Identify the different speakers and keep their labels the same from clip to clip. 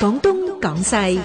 Speaker 1: 廣東廣西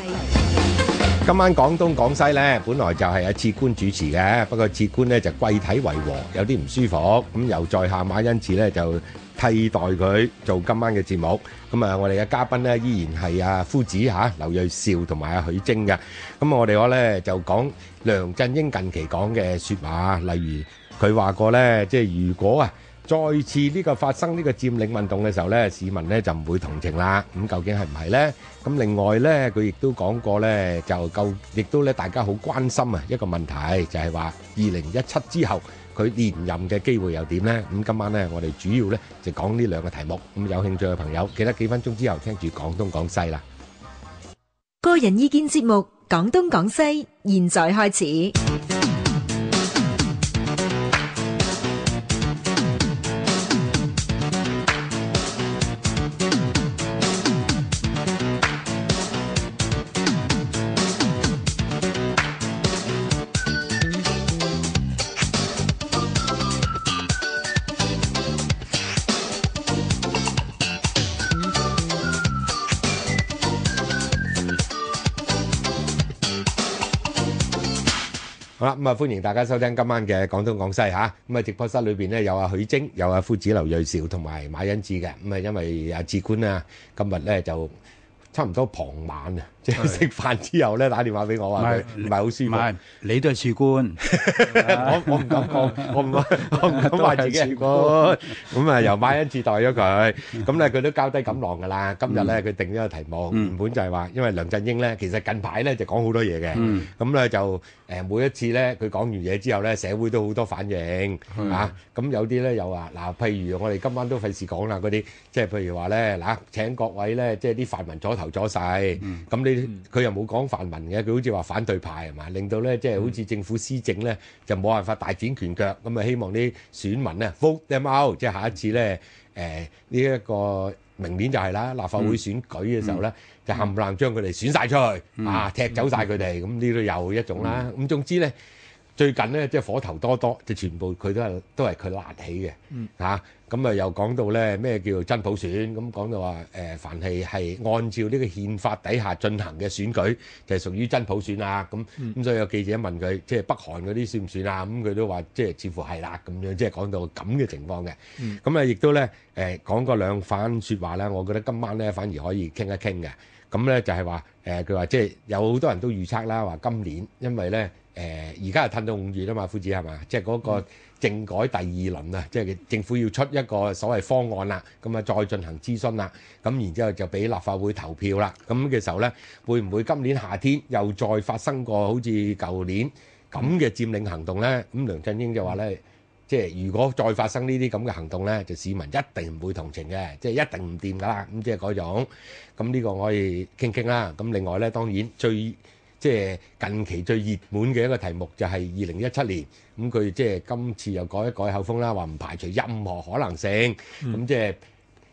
Speaker 2: 今晚廣東廣西呢，本來就係阿哲官主持嘅，不過哲官呢就貴體違和，有啲唔舒服，咁由在下馬恩賜呢就替代佢做今晚嘅節目。咁啊，我哋嘅嘉賓呢依然係啊阿夫子嚇、劉瑞兆同埋阿許楨嘅。咁我哋我呢就講梁振英近期講嘅説話，例如佢話過呢，即係如果啊。再次呢個發生呢個佔領運動嘅時候呢，市民呢就唔會同情啦。咁究竟係唔係呢？咁另外呢，佢亦都講過呢，就夠，亦都咧大家好關心啊一個問題，就係話二零一七之後佢連任嘅機會又點呢？咁今晚呢，我哋主要呢就講呢兩個題目。咁有興趣嘅朋友，記得幾分鐘之後聽住廣東廣西啦。
Speaker 1: 個人意見節目《廣東廣西》，現在開始。
Speaker 2: 好啦，咁啊歡迎大家收聽今晚嘅廣東廣西嚇。咁啊直播室裏邊咧有阿許楨、有阿夫子劉瑞兆同埋馬恩賜嘅。咁啊因為阿志官啊，今日咧就差唔多傍晚啊，即係食飯之後咧打電話俾我話佢唔係好舒
Speaker 3: 唔
Speaker 2: 服。啊
Speaker 3: 係，你都係士 官，
Speaker 2: 我我唔敢講，我唔我唔敢話自己係官。咁啊，由馬恩賜代咗佢，咁咧佢都交低錦囊㗎啦。今日咧佢定咗個題目，原本就係話，因為梁振英咧，其實近排咧就講好多嘢嘅。咁咧就誒每一次咧，佢講完嘢之後咧，社會都好多反應啊。咁有啲咧又話嗱，譬如我哋今晚都費事講啦，嗰啲即係譬如話咧嗱，請各位咧即係啲泛民左頭左勢，咁你佢又冇講泛民嘅，佢好似話反對派係嘛，令到咧即係好似政府施政咧就冇辦法大展拳腳，咁啊希望啲選民咧 vote them out，即係下一次咧誒呢一個。明年就係啦，立法會選舉嘅時候咧，就冚唪唥將佢哋選晒出去，啊踢走晒佢哋，咁呢度又一種啦。咁總之咧，最近咧即係火頭多多，就全部佢都係都係佢辣起嘅嚇。咁啊又講到咧咩叫做真普選，咁講到話誒，凡係係按照呢個憲法底下進行嘅選舉，就係屬於真普選啦。咁咁所以有記者問佢，即係北韓嗰啲算唔算啊？咁佢都話即係似乎係啦咁樣，即係講到咁嘅情況嘅。咁啊，亦都咧誒講過兩番説話啦，我覺得今晚咧反而可以傾一傾嘅。咁咧就係話誒，佢、話即係有好多人都預測啦，話今年因為咧誒而家係褪到五月啊嘛，夫子係嘛，即係嗰個政改第二輪啊，即係政府要出一個所謂方案啦，咁啊再進行諮詢啦，咁然之後就俾立法會投票啦，咁嘅時候咧會唔會今年夏天又再發生過好似舊年咁嘅佔領行動咧？咁梁振英就話咧。即係如果再發生呢啲咁嘅行動咧，就市民一定唔會同情嘅，即係一定唔掂噶啦。咁即係嗰種，咁呢個我可以傾傾啦。咁另外咧，當然最即係近期最熱門嘅一個題目就係二零一七年。咁佢即係今次又改一改口風啦，話唔排除任何可能性。咁、即係。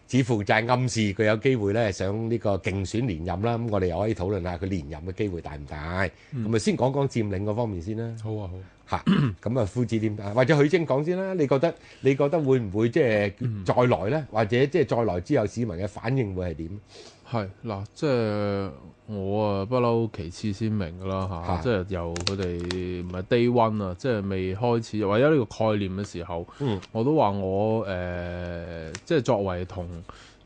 Speaker 2: 似乎就係暗示佢有機會咧，想呢個競選連任啦。咁我哋又可以討論下佢連任嘅機會大唔大。咁咪先講講佔領嗰方面先啦。
Speaker 4: 好啊，好。
Speaker 2: 嚇，咁啊，夫子點啊？或者許楨講先啦，你覺得你覺得會唔會即係再來咧？或者即係再來之後市民嘅反應會係點？
Speaker 4: 係嗱，即係我啊，不嬲其次先明噶啦
Speaker 2: 嚇
Speaker 4: 嚇，即係由佢哋唔係 day one 啊，即係未開始或者呢個概念嘅時候，
Speaker 2: 嗯
Speaker 4: 我都話我誒、呃即係作為同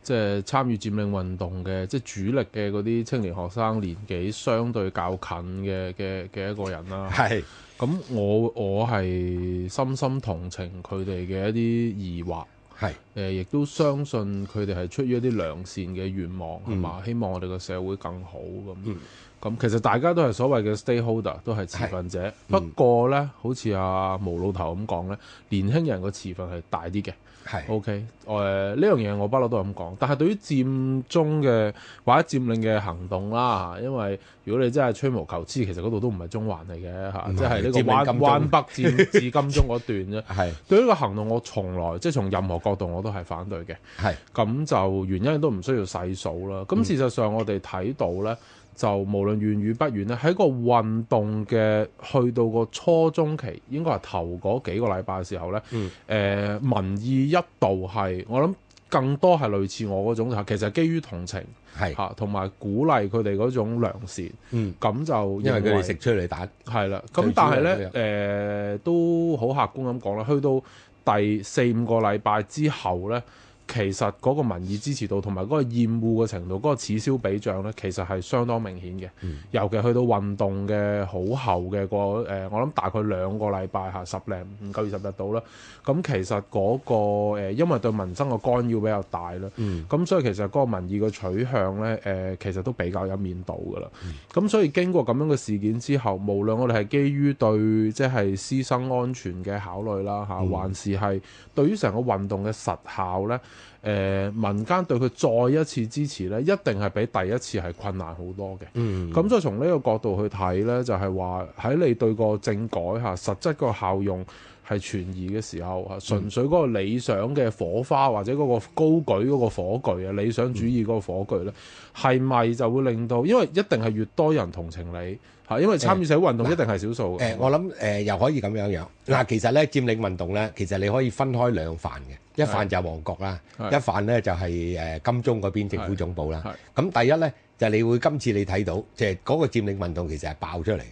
Speaker 4: 即係參與佔領運動嘅，即係主力嘅嗰啲青年學生年紀相對較近嘅嘅嘅一個人啦。
Speaker 2: 係
Speaker 4: 咁我我係深深同情佢哋嘅一啲疑惑。
Speaker 2: 係
Speaker 4: 誒，呃亦都相信佢哋係出於一啲良善嘅願望，
Speaker 2: 嗯
Speaker 4: 係嘛？希望我哋個社會更好咁。咁、其實大家都係所謂嘅 stakeholder，都係持份者。
Speaker 2: 嗯
Speaker 4: 不過呢，好似阿毛老頭咁講呢，年輕人個持份係大啲嘅。
Speaker 2: 係
Speaker 4: OK，誒呢樣嘢我不嬲都係咁講，但係對於佔中嘅或者佔領嘅行動啦，因為如果你真係吹毛求疵，其實嗰度都唔係中環嚟嘅嚇，
Speaker 2: 唔係
Speaker 4: 即係呢個
Speaker 2: 佔領
Speaker 4: 灣
Speaker 2: 金鐘。
Speaker 4: 灣北佔至金鐘嗰段啫
Speaker 2: 係
Speaker 4: 對呢個行動，我從來即係從任何角度我都係反對嘅。
Speaker 2: 係
Speaker 4: 咁就原因都唔需要細數啦。
Speaker 2: 嗯
Speaker 4: 咁事實上我哋睇到呢，就無論願與不願咧，喺個運動嘅去到個初中期，
Speaker 2: 嗯
Speaker 4: 應該係頭嗰幾個禮拜嘅時候呢，誒、民意一度係我諗更多係類似我嗰種，其實基於同情
Speaker 2: 係，
Speaker 4: 嚇，同埋鼓勵佢哋嗰種良善，
Speaker 2: 嗯，
Speaker 4: 咁就
Speaker 2: 因為
Speaker 4: 為
Speaker 2: 佢哋食催淚彈，
Speaker 4: 係啦。
Speaker 2: 最
Speaker 4: 咁
Speaker 2: 主要
Speaker 4: 但
Speaker 2: 都
Speaker 4: 係
Speaker 2: 有
Speaker 4: 咧，誒、都好客觀咁講啦，去到第四五個禮拜之後咧，其實嗰個民意支持度同埋嗰個厭惡嘅程度，嗰、個此消彼長咧，其實係相當明顯嘅。尤其去到運動嘅好後嘅個誒、我諗大概兩個禮拜嚇，十零唔夠二十日到啦。咁其實嗰、個、誒因為對民生嘅干擾比較大啦。
Speaker 2: 嗯
Speaker 4: 咁所以其實嗰個民意嘅取向咧，誒、其實都比較有面到噶啦。咁、所以經過咁樣嘅事件之後，無論我哋係基於對即係師生安全嘅考慮啦嚇，還是係對於成個運動嘅實效咧，誒、民間對佢再一次支持咧，一定係比第一次係困難好多嘅。
Speaker 2: 嗯，
Speaker 4: 咁所以從呢個角度去睇呢，就係話喺你對個政改嚇實質個效用係存疑嘅時候，啊
Speaker 3: 嗯
Speaker 4: 純粹嗰個理想嘅火花或者嗰個高舉嗰個火炬啊，理想主義嗰個火炬呢，係咪就會令到？因為一定係越多人同情你嚇，因為參與社會運動一定係少數
Speaker 2: 誒、
Speaker 4: 嘅。
Speaker 2: Ờ, 我諗誒、又可以咁樣樣嗱，其實咧佔領運動咧，其實你可以分開兩範嘅，一範就係旺角啦，
Speaker 4: 係
Speaker 2: 一範咧就係、誒、金鐘嗰邊政府總部啦。咁第一咧就係、你會今次你睇到，即係嗰個佔領運動其實係爆出嚟嘅。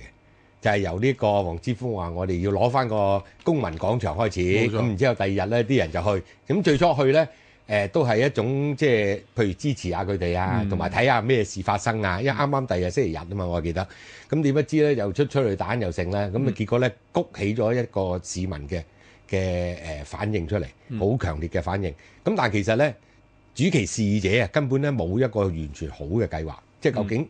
Speaker 2: 就係由呢個黃之峰話：我哋要攞翻個公民廣場開始，
Speaker 4: 冇錯
Speaker 2: 咁然之後第二日咧啲人就去。咁最初去咧，誒、呃都係一種即係譬如支持下佢哋啊，
Speaker 4: 嗯
Speaker 2: 同埋睇下咩事發生啊。因為啱啱第二日星期日啊嘛，我記得。咁點不知咧又出催淚彈又剩咧，咁啊
Speaker 4: 嗯
Speaker 2: 結果咧谷起咗一個市民嘅嘅誒呃反應出嚟，
Speaker 4: 嗯
Speaker 2: 好強烈嘅反應。咁但係其實咧，主其事者啊，根本咧冇一個完全好嘅計劃，即係究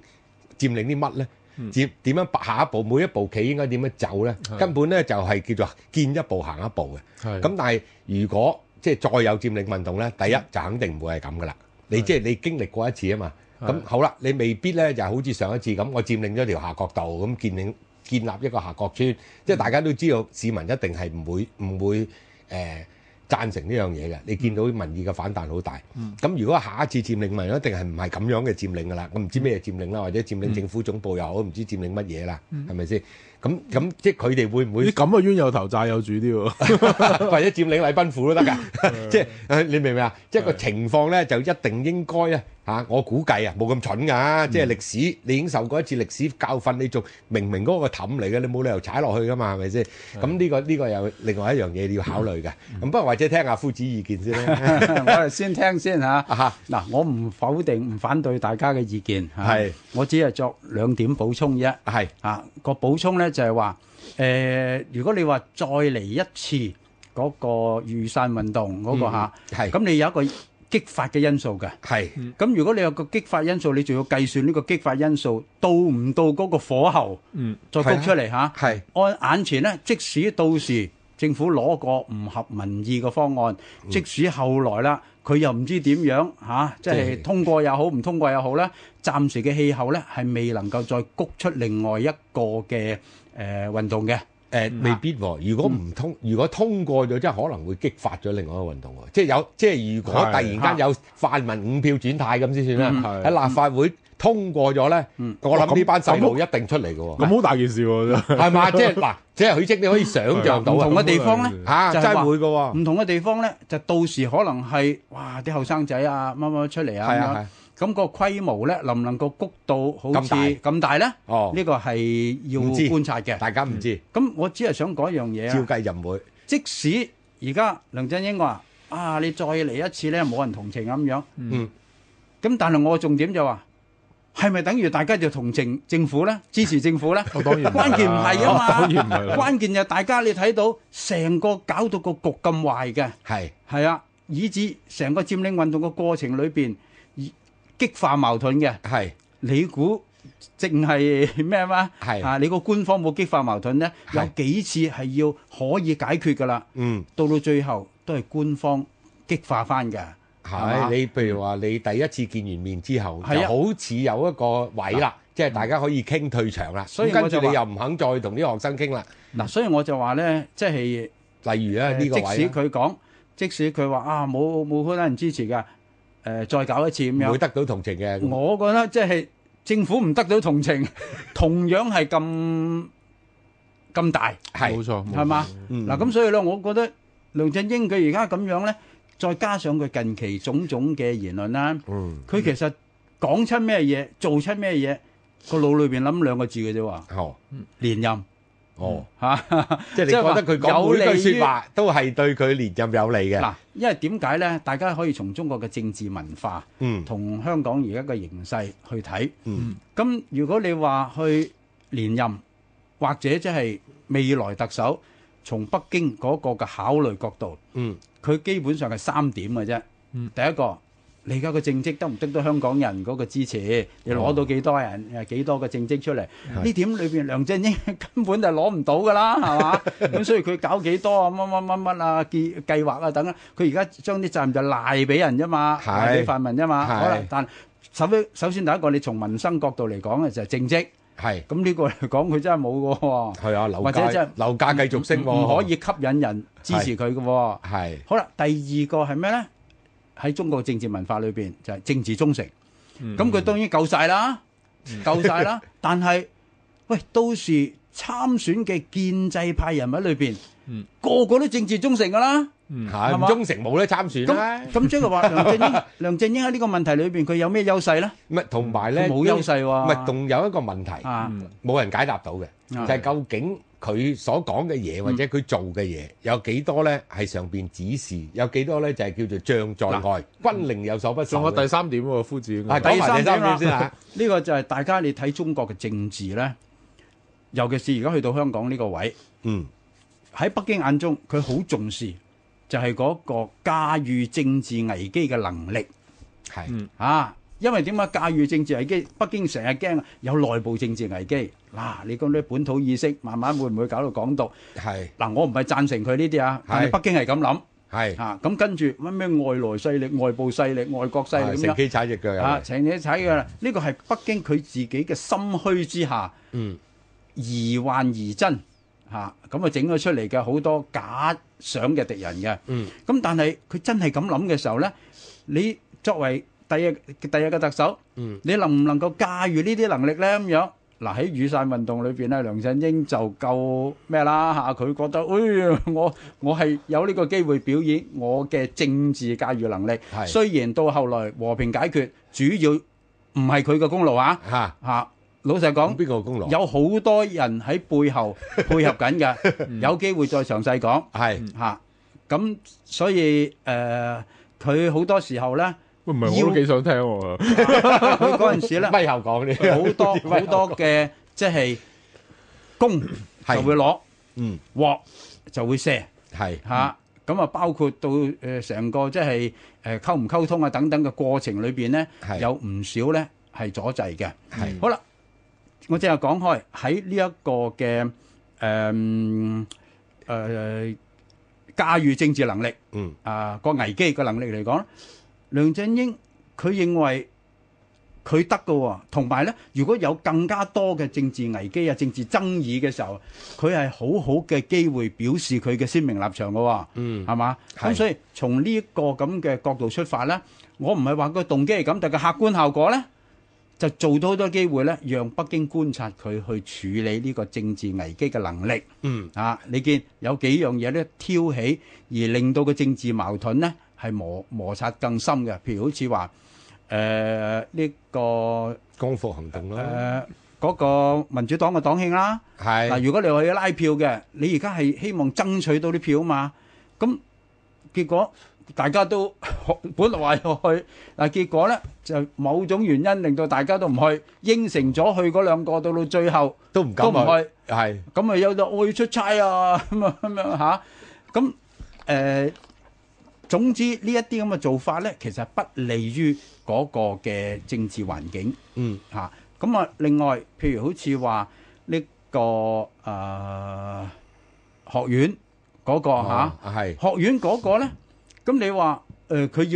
Speaker 2: 竟佔領啲乜咧？
Speaker 4: 嗯
Speaker 2: 接點樣白下一步，每一步棋應該點樣走咧？
Speaker 4: 係
Speaker 2: 根本咧就係叫做見一步行一步嘅。
Speaker 4: 係嗯
Speaker 2: 咁但係如果即係再有佔領運動咧，第一就肯定唔會係咁噶啦。你
Speaker 4: 係
Speaker 2: 即係你經歷過一次啊嘛，
Speaker 4: 係
Speaker 2: 咁好啦，你未必咧就好似上一次咁，我佔領咗條下角道，咁建領建立一個下角村，即係大家都知道市民一定係唔會唔會誒、呃、贊成呢樣嘢嘅。你見到民意嘅反彈好大，
Speaker 4: 嗯
Speaker 2: 咁如果下一次佔領民一定係唔係咁樣嘅佔領噶啦，我唔知咩佔領啦，或者
Speaker 4: 嗯
Speaker 2: 佔領政府總部又好，唔知佔領乜嘢啦，係咪先？咁咁即係佢哋會唔會
Speaker 4: 啲咁嘅冤有頭債有主啲 喎。
Speaker 2: 或者佔領禮賓府都得 㗎，即係誒你明唔明啊？即係個情況咧，就一定應該咧嚇，我估計啊，冇咁蠢㗎，即係歷史你已經受過一次歷史教訓，你仲明明嗰個氹嚟嘅，你冇理由踩落去㗎嘛，係咪先？咁呢個呢個又另外一樣嘢你要考慮嘅。咁不過或者聽下夫子意見先 啦，
Speaker 3: 我哋先聽先嚇。
Speaker 2: 嚇
Speaker 3: 嗱，我唔否定唔反對大家嘅意見嚇
Speaker 2: 係
Speaker 3: 我只係作兩點補充啫。
Speaker 2: 係
Speaker 3: 啊，個補充咧就係話，誒、如果你話再嚟一次嗰個雨傘運動嗰、個嚇，
Speaker 2: 係
Speaker 3: 咁、你有一個激發嘅因素嘅。
Speaker 2: 係
Speaker 3: 咁如果你有個激發因素，你仲要計算呢個激發因素到唔到嗰個火候
Speaker 4: 嗯，
Speaker 3: 再谷出嚟嚇。
Speaker 2: 係
Speaker 3: 按眼前咧，即使到時政府攞個唔合民意嘅方案，即使後來啦，佢又唔知點樣嚇、啊即
Speaker 2: 即係
Speaker 3: 係通過又好，唔通過又好咧，暫時嘅氣候咧係未能夠再谷出另外一個嘅誒、呃、運動嘅。
Speaker 2: 誒未必喎。如果唔通，如果通過咗，即係可能會激發咗另外一個運動喎。即係有即係如果突然間有泛民五票轉態咁先算啦。
Speaker 4: 嗯係
Speaker 2: 喺立法會通過咗咧，我諗呢班細路一定出嚟嘅
Speaker 3: 哦
Speaker 2: 喎，
Speaker 4: 咁好大件事喎，真係
Speaker 2: 係嘛？即係嗱，即係許楨，你可以想象到
Speaker 3: 唔 同
Speaker 2: 啊
Speaker 3: 嘅地方咧，
Speaker 2: 嚇，
Speaker 3: 就
Speaker 2: 真
Speaker 3: 係話嗯
Speaker 2: 係會嘅喎。
Speaker 3: 唔同嘅地方咧，就到時可能係哇啲後生仔啊乜乜出嚟啊
Speaker 2: 係啊
Speaker 3: 咁樣，咁個規模咧能唔能夠谷到好
Speaker 2: 咁
Speaker 3: 似
Speaker 2: 大
Speaker 3: 咁大咧？
Speaker 2: 哦
Speaker 3: 呢個係要
Speaker 2: 唔知
Speaker 3: 觀察嘅。
Speaker 2: 大家唔知，
Speaker 3: 咁我只係想講一樣嘢
Speaker 2: 照
Speaker 3: 啊，
Speaker 2: 計就唔會。
Speaker 3: 即使而家梁振英話啊，你再嚟一次咧，冇人同情啊咁樣。
Speaker 2: 嗯，
Speaker 3: 咁但係我重點就話，係咪等於大家就同情政府咧，支持政府咧？
Speaker 4: 我哦當然唔係啦哦
Speaker 3: 關鍵唔係啊嘛，
Speaker 4: 當然唔係啦
Speaker 3: 關鍵就大家你睇到成個搞到個局咁壞嘅，
Speaker 2: 係
Speaker 3: 係啊，以至成個佔領運動嘅過程裏邊以激化矛盾嘅，
Speaker 2: 係
Speaker 3: 你估？淨係咩嘛？
Speaker 2: 係
Speaker 3: 啊！你個官方冇激化矛盾咧，有
Speaker 2: 係
Speaker 3: 幾次係要可以解決㗎啦。
Speaker 2: 嗯。
Speaker 3: 到到最後都係官方激化翻嘅，係
Speaker 2: 係
Speaker 3: 嘛
Speaker 2: 你譬如話，你第一次見完面之後，
Speaker 3: 係
Speaker 2: 就
Speaker 3: 啊
Speaker 2: 好似有一個位啦，即係大家可以傾退場啦。
Speaker 3: 所以
Speaker 2: 咁
Speaker 3: 我
Speaker 2: 跟住
Speaker 3: 就
Speaker 2: 你
Speaker 3: 話
Speaker 2: 又唔肯再同啲學生傾啦。
Speaker 3: 嗱，所以我就話咧，即係
Speaker 2: 例如咧
Speaker 3: 誒
Speaker 2: 嗯呢個位
Speaker 3: 即
Speaker 2: 啊
Speaker 3: 使
Speaker 2: 啦
Speaker 3: 佢講，即使佢話啊冇冇好多人支持嘅，誒、呃再搞一次咁
Speaker 2: 唔會
Speaker 3: 樣，
Speaker 2: 得到同情嘅。
Speaker 3: 我覺得即係政府唔得到同情， 同樣係咁咁大，
Speaker 2: 係
Speaker 4: 冇錯，冇錯
Speaker 3: 係嘛？
Speaker 2: 嗯
Speaker 3: 嗱咁、所以咧，我覺得梁振英佢而家咁樣咧，再加上佢近期種種嘅言論啦，
Speaker 2: 嗯，
Speaker 3: 佢其實講親咩嘢，做親咩嘢，個腦裏邊諗兩個字嘅啫喎，
Speaker 2: 哦，
Speaker 3: 連任
Speaker 2: 哦，
Speaker 3: 嚇。
Speaker 2: 即係你
Speaker 3: 即係話
Speaker 2: 覺得佢講每
Speaker 3: 有利
Speaker 2: 句
Speaker 3: 於
Speaker 2: 説話都係對佢連任有利 嘅，
Speaker 3: 嗱，因為點解呢？大家可以從中國嘅政治文化
Speaker 2: 嗯
Speaker 3: 同香港而家嘅形勢去睇。
Speaker 2: 嗯
Speaker 3: 咁如果你話去連任或者即係未來特首，從北京嗰個嘅考慮角度，
Speaker 2: 嗯
Speaker 3: 佢基本上係三點嘅啫。
Speaker 4: 嗯
Speaker 3: 第一個，你而家個政績得唔得到香港人嗰個支持？你攞到幾多人誒幾多個政績出嚟？呢點裏邊梁振英 根本就攞唔到㗎啦，係嘛？咁所以佢搞幾多啊乜乜乜乜啊計計劃啊等啊，佢而家將啲責任就賴俾人啫嘛，
Speaker 2: 係
Speaker 3: 賴俾泛民啫嘛。
Speaker 2: 係
Speaker 3: 好啦，但首首先第一個，你從民生角度嚟講嘅就係政績，
Speaker 2: 係
Speaker 3: 咁呢個嚟講佢真係冇㗎喎，
Speaker 2: 係啊，樓
Speaker 3: 或者即
Speaker 2: 價
Speaker 3: 係
Speaker 2: 樓價繼續升
Speaker 3: 唔
Speaker 2: 喎，
Speaker 3: 可以吸引人支持佢㗎喎。
Speaker 2: 係
Speaker 3: 好啦，第二個係咩呢？喺中國政治文化裏邊就係、政治忠誠，
Speaker 4: 嗯
Speaker 3: 咁佢當然夠晒啦，夠 晒啦。但係喂，到時參選嘅建制派人物裏邊，
Speaker 4: 嗯
Speaker 3: 個個都政治忠誠噶啦。
Speaker 2: 係
Speaker 3: 係嘛
Speaker 2: 唔忠誠冇得參選啦
Speaker 3: 咁。咁即 係話梁振英，梁振英喺呢個問題裏邊，佢有咩優勢呢？
Speaker 2: 唔係同埋咧
Speaker 3: 佢冇優勢喎。
Speaker 2: 唔係仲有一個問題
Speaker 3: 啊，
Speaker 2: 冇人解答到嘅，就係究竟佢所講嘅嘢或者佢做嘅嘢有幾多咧係上邊指示，有幾多咧就係叫做將在外，軍令有所不
Speaker 4: 仲
Speaker 2: 受
Speaker 4: 有
Speaker 2: 嘅。
Speaker 4: 第三點喎，夫子應該
Speaker 2: 啊講
Speaker 3: 嗯
Speaker 4: 係
Speaker 3: 第
Speaker 2: 埋
Speaker 3: 三
Speaker 2: 第
Speaker 3: 點
Speaker 2: 三點
Speaker 3: 啦
Speaker 2: 先嚇，
Speaker 3: 呢個就係大家你睇中國嘅政治呢，尤其是而家去到香港呢個位。
Speaker 2: 嗯
Speaker 3: 喺北京眼中，佢好重視就係嗰個駕馭政治危機嘅能力
Speaker 2: 係
Speaker 3: 啊！因為點解駕馭政治危機？北京成日驚有內部政治危機。嗱、你講啲本土意識，慢慢會唔會搞到港獨？
Speaker 2: 係
Speaker 3: 嗱、我唔係贊成佢呢啲啊，但係北京係咁諗
Speaker 2: 係
Speaker 3: 啊。咁跟住乜咩外來勢力、外部勢力、外國勢
Speaker 2: 係
Speaker 3: 力咁
Speaker 2: 乘
Speaker 3: 樣
Speaker 2: 機踩只腳又
Speaker 3: 啊，
Speaker 2: 係
Speaker 3: 成日睇㗎啦。呢個係北京佢自己嘅心虛之下。
Speaker 2: 嗯
Speaker 3: 疑幻疑真嚇，咁啊整咗出嚟嘅好多假想嘅敵人嘅。
Speaker 2: 嗯，
Speaker 3: 咁但係佢真係咁諗嘅時候呢，你作為第日第日嘅特首，
Speaker 2: 嗯
Speaker 3: 你能唔能夠駕馭呢啲能力呢？咁樣嗱喺雨傘運動裏邊呢，梁振英就夠咩啦嚇？佢覺得， 哎呀，我我係有呢個機會表演我嘅政治駕馭能力。
Speaker 2: 係
Speaker 3: 雖然到後來和平解決，主要唔係佢嘅功勞啊
Speaker 2: 嚇
Speaker 3: 嚇。老實講
Speaker 2: 咁。邊個功勞？
Speaker 3: 有好多人喺背後配合緊嘅，有機會再詳細講
Speaker 2: 係
Speaker 3: 嚇。咁、所以誒，呃佢、好多時候咧，
Speaker 4: 喂唔係我都幾想聽喎，
Speaker 3: 佢嗰陣時咧，
Speaker 2: 咪後講 啲
Speaker 3: 好多好多嘅即係弓
Speaker 2: 係
Speaker 3: 就會攞，
Speaker 2: 嗯
Speaker 3: 鑊就會射
Speaker 2: 係
Speaker 3: 嚇。咁啊，包括到誒成個即係誒溝唔溝通啊等等嘅過程裏邊咧
Speaker 2: 係，
Speaker 3: 有唔少咧係阻滯嘅。
Speaker 2: 係
Speaker 3: 好啦，我淨係講開喺呢一個嘅誒誒駕馭政治能力
Speaker 2: 嗯
Speaker 3: 啊個、危機個能力嚟講，梁振英佢認為佢得嘅喎，同埋咧，如果有更加多嘅政治危機啊、政治爭議嘅時候，佢係好好嘅機會表示佢嘅鮮明立場嘅喎、
Speaker 2: 嗯
Speaker 3: 係嘛？
Speaker 2: 係
Speaker 3: 咁所以從呢一個咁嘅角度出發咧，我唔係話個動機係咁，但係個客觀效果咧，就做到好多機會咧，讓北京觀察佢去處理呢個政治危機嘅能力
Speaker 2: 嗯
Speaker 3: 啊！你見有幾樣嘢咧挑起，而令到個政治矛盾咧係磨摩擦更深嘅，譬如好似話誒呢個誒
Speaker 2: 光復行動
Speaker 3: 嗰、
Speaker 2: 咯，
Speaker 3: 個民主黨嘅黨慶啦。嗱，
Speaker 2: 係
Speaker 3: 如果你話要拉票嘅，你而家係希望爭取到啲票啊嘛，咁結果大家都 本來話要去，嗱結果咧就某種原因令到大家都唔去，應承咗去嗰兩個，到到最後
Speaker 2: 都唔敢
Speaker 3: 都唔去，
Speaker 2: 去係
Speaker 3: 咁啊有就我要出差啊 咁啊咁樣嚇，咁誒總之呢一啲咁嘅做法咧，其實不利於嗰個嘅政治環境。
Speaker 2: 嗯
Speaker 3: 嚇。咁啊，另外譬如好似話呢個誒、呃、學院嗰、個嚇、
Speaker 2: 哦係。
Speaker 3: 學院嗰個咧，咁你話誒佢要？